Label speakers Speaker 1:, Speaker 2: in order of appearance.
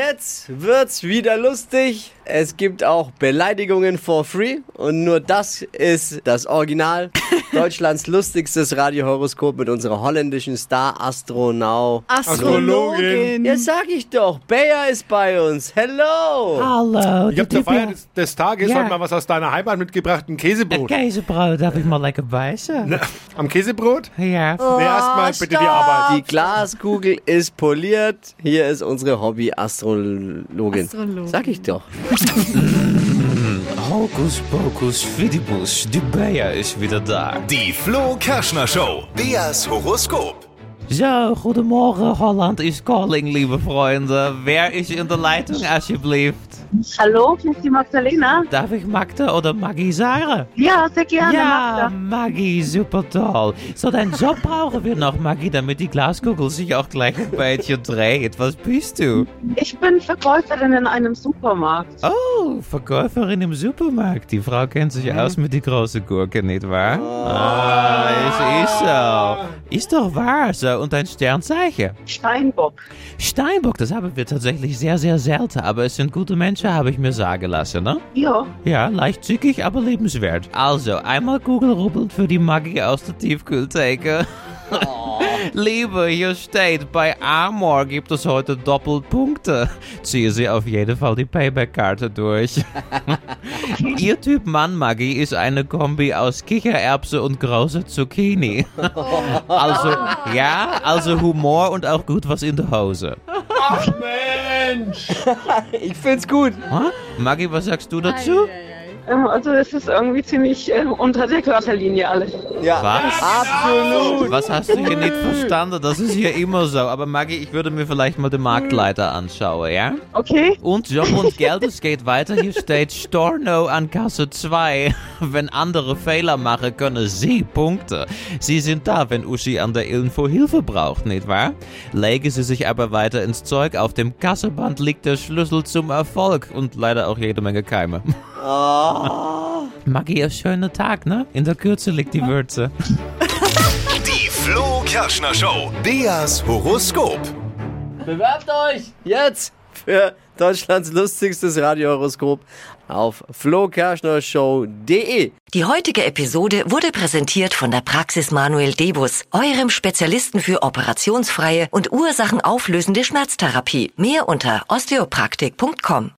Speaker 1: Jetzt wird's wieder lustig. Es gibt auch Beleidigungen for free und nur das ist das Original. Deutschlands lustigstes Radiohoroskop mit unserer holländischen Star-Astronau.
Speaker 2: Astrologin.
Speaker 1: Jetzt sag ich doch, Bayer ist bei uns.
Speaker 3: Ah.
Speaker 1: Hello!
Speaker 3: Hallo.
Speaker 2: Ich habe zur Feier des, des Tages
Speaker 3: Ja.
Speaker 2: heute mal was aus deiner Heimat mitgebracht, ein Käsebrot. Ne?
Speaker 3: Käsebrot darf ich mal lecker beißen.
Speaker 2: Am Käsebrot?
Speaker 3: Ja.
Speaker 2: Nee, erstmal bitte die Arbeit.
Speaker 1: Die Glaskugel ist poliert. Hier ist unsere Hobby-Astrologin.
Speaker 4: Astrologin.
Speaker 1: Sag ich doch.
Speaker 3: Hokus pokus fidibus, die Bayer ist wieder da.
Speaker 5: Die Flo Kerschner Show. Beas Horoskop.
Speaker 3: Zo, goedemorgen Holland is calling, liebe Freunde. Wer ist in der Leitung, alsjeblieft?
Speaker 6: Hallo, hier ist die Magdalena.
Speaker 3: Darf ich Magda oder Maggie sagen?
Speaker 6: Ja, sehr gerne.
Speaker 3: Ja,
Speaker 6: Magda.
Speaker 3: Maggie, super toll. So, deinen Job brauchen wir noch, Maggie, damit die Glaskugel sich auch gleich ein bisschen dreht. Was bist du?
Speaker 6: Ich bin Verkäuferin in einem Supermarkt.
Speaker 3: Oh, Verkäuferin im Supermarkt. Die Frau kennt sich aus mit die große Gurke, nicht wahr? Ah, es ist so. Ist doch wahr, so. Und dein Sternzeichen?
Speaker 6: Steinbock.
Speaker 3: Steinbock, das haben wir tatsächlich sehr, sehr selten. Aber es sind gute Menschen, habe ich mir sagen lassen, ne?
Speaker 6: Ja,
Speaker 3: Ja, leicht zickig, aber lebenswert. Also, einmal Kugelrubbeln für die Magie aus der Tiefkühltheke. Liebe, hier steht, bei Amor gibt es heute Doppelpunkte. Ziehe sie auf jeden Fall die Payback-Karte durch. Ihr Typ Mann-Magie ist eine Kombi aus Kichererbse und großer Zucchini. Also, ja, also Humor und auch gut was in der Hose.
Speaker 2: Mensch!
Speaker 1: Ich find's gut.
Speaker 3: Huh? Maggie, was sagst du dazu?
Speaker 6: ähm, also es ist irgendwie ziemlich äh, unter der Körperlinie alles.
Speaker 1: Ja,
Speaker 3: Was?
Speaker 1: absolut.
Speaker 3: Was hast du hier nicht verstanden? Das ist hier immer so. Aber Maggie, ich würde mir vielleicht mal den Marktleiter anschauen, ja?
Speaker 6: Okay?
Speaker 3: Und Job und Geld, es geht weiter. Hier steht Storno an Kasse 2. Wenn andere Fehler machen, können sie Punkte. Sie sind da, wenn Uschi an der Info Hilfe braucht, nicht wahr? Legen sie sich aber weiter ins Zeug. Auf dem Kasseband liegt der Schlüssel zum Erfolg und leider auch jede Menge Keime. Maggie, ein schöner Tag, ne? In der Kürze liegt die Würze.
Speaker 5: Die Flo Kerschner Show. Beas Horoskop.
Speaker 1: Bewerbt euch jetzt für Deutschlands lustigstes Radiohoroskop auf flokerschnershow.de.
Speaker 7: Die heutige Episode wurde präsentiert von der Praxis Manuel Debus, eurem Spezialisten für operationsfreie und ursachenauflösende Schmerztherapie. Mehr unter osteopraktik.com.